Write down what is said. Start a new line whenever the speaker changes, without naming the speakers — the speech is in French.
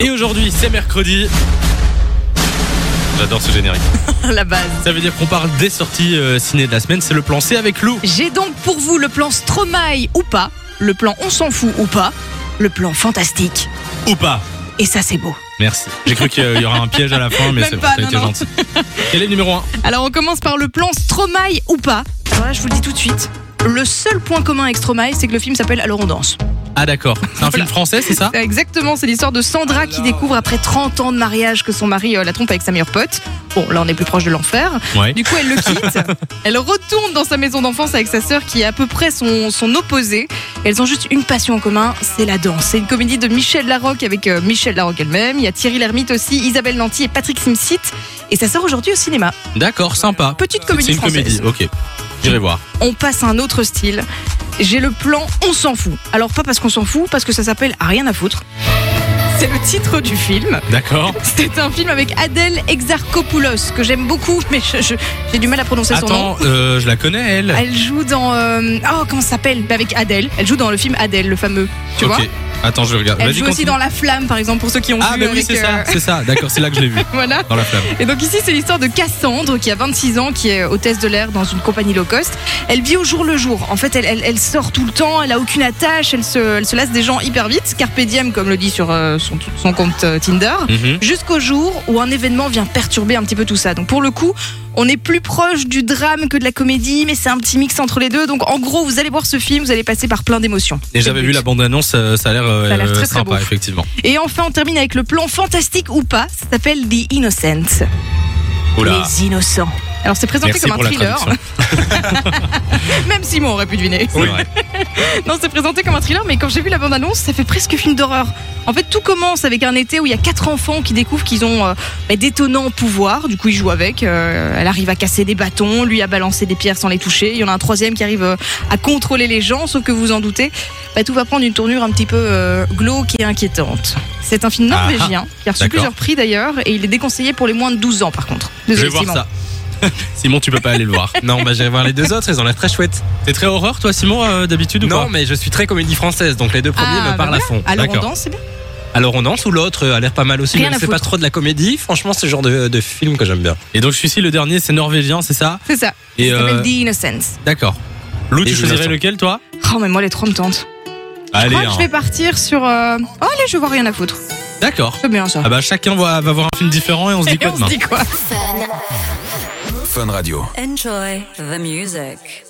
Et aujourd'hui, c'est mercredi. J'adore ce générique.
la base.
Ça veut dire qu'on parle des sorties euh, ciné de la semaine. C'est le plan C avec Lou.
J'ai donc pour vous le plan Stromae ou pas, le plan On s'en fout ou pas, le plan fantastique.
Ou pas.
Et ça, c'est beau.
Merci. J'ai cru qu'il y aura un piège à la fin, mais
Même
c'est bon,
pas,
t'as
non,
été
non.
gentil. Quel est le numéro 1
Alors, on commence par le plan Stromae ou pas. Voilà, je vous le dis tout de suite. Le seul point commun avec Stromae, c'est que le film s'appelle Alors on danse.
Ah d'accord. C'est un film français, c'est ça
C'est Exactement, c'est l'histoire de Sandra qui découvre après 30 ans de mariage que son mari euh, la trompe avec sa meilleure pote. Bon, là on est plus proche de l'enfer.
Ouais.
Du coup, elle le quitte. elle retourne dans sa maison d'enfance avec sa sœur qui est à peu près son, son opposé. Elles ont juste une passion en commun, c'est la danse. C'est une comédie de Michel Larocque avec euh, Michel Larocque elle-même. Il y a Thierry Lhermitte aussi, Isabelle Nanty et Patrick Simsit. Et ça sort aujourd'hui au cinéma.
D'accord, sympa.
Petite
C'est
comédie
une
française.
comédie, ok. J'irai voir.
On passe à un autre style. J'ai le plan On s'en fout. Alors pas parce qu'on s'en fout, parce que ça s'appelle À rien à foutre. C'est le titre du film.
D'accord.
C'est un film avec Adèle Exarchopoulos, que j'aime beaucoup, mais je- je- j'ai du mal à prononcer son nom.
Attends,
Ah,
euh, je la connais elle.
Elle joue dans. euh, oh, comment ça s'appelle Bah, Avec Adèle. Elle joue dans le film Adèle, le fameux. Tu
ok.
vois
Attends, je regarde.
Elle
Vas-y,
joue aussi
continue.
dans La Flamme, par exemple, pour ceux qui ont
Ah
vu.
mais oui,
avec,
c'est
euh,
ça, c'est ça. D'accord, c'est là que je l'ai vu.
Voilà.
Dans la flamme.
Et donc ici, c'est l'histoire de Cassandre, qui a 26 ans, qui est hôtesse de l'air dans une compagnie low cost. Elle vit au jour le jour. En fait, elle, elle- elle sort tout le temps, elle a aucune attache, elle se, elle se lasse des gens hyper vite. Carpe diem, comme le dit sur euh, son, son compte euh, Tinder.
Mhm.
Jusqu'au jour où un événement vient perturber un petit peu tout ça. Donc pour le coup, on est plus proche du drame que de la comédie, mais c'est un petit mix entre les deux. Donc en gros, vous allez voir ce film, vous allez passer par plein d'émotions.
Et j'avais vu la bande-annonce, euh, ça a l'air euh,
Ça a l'air très, très
sympa,
beau.
effectivement.
Et enfin, on termine avec le plan fantastique ou pas. Ça s'appelle The Innocent.
Oula.
Les innocents. Alors c'est présenté
Merci
comme un
pour la
thriller,
traduction.
même Simon aurait pu deviner.
Oui.
Non, c'est présenté comme un thriller, mais quand j'ai vu la bande-annonce, ça fait presque film d'horreur. En fait, tout commence avec un été où il y a quatre enfants qui découvrent qu'ils ont euh, bah, d'étonnants pouvoirs. Du coup, ils jouent avec. Euh, elle arrive à casser des bâtons, lui à balancer des pierres sans les toucher. Il y en a un troisième qui arrive euh, à contrôler les gens, sauf que vous vous en doutez, bah, tout va prendre une tournure un petit peu euh, glauque et inquiétante. C'est un film
Ah, ah.
norvégien qui a reçu
D'accord.
plusieurs prix d'ailleurs, et il est déconseillé pour les moins de 12 ans par contre.
Je vais
Désolé,
voir
Simon.
ça. Simon, tu peux pas aller le voir.
Non, bah j'irai voir les deux autres, ils ont l'air très chouettes.
T'es très horreur, toi, Simon, euh, d'habitude ou
non,
pas
mais je suis très comédie française, donc les deux premiers
Ah,
me parlent
bah
à fond.
Alors on
D'accord.
danse, c'est bien.
Alors on danse ou l'autre euh, a l'air pas mal aussi,
Rien
mais
à
c'est pas
foutre.
trop de la comédie. Franchement, c'est le genre de, de film que j'aime bien.
Et donc, je suis ici, le dernier, c'est norvégien, c'est ça
C'est ça.
Et
ça
euh,
s'appelle The Innocence.
D'accord. Lou, tu
Et
choisirais
Jonathan.
lequel, toi
Oh, mais moi, les trois me tentent. Je
Allez,
crois que
hein.
je vais partir sur. euh, Oh, allez, je vois rien à foutre.
hein. d'accord.
C'est bien ça.
Ah bah, chacun va, va voir un film différent et on se dit
Et
quoi
on se
demain
dit quoi
Enjoy the music.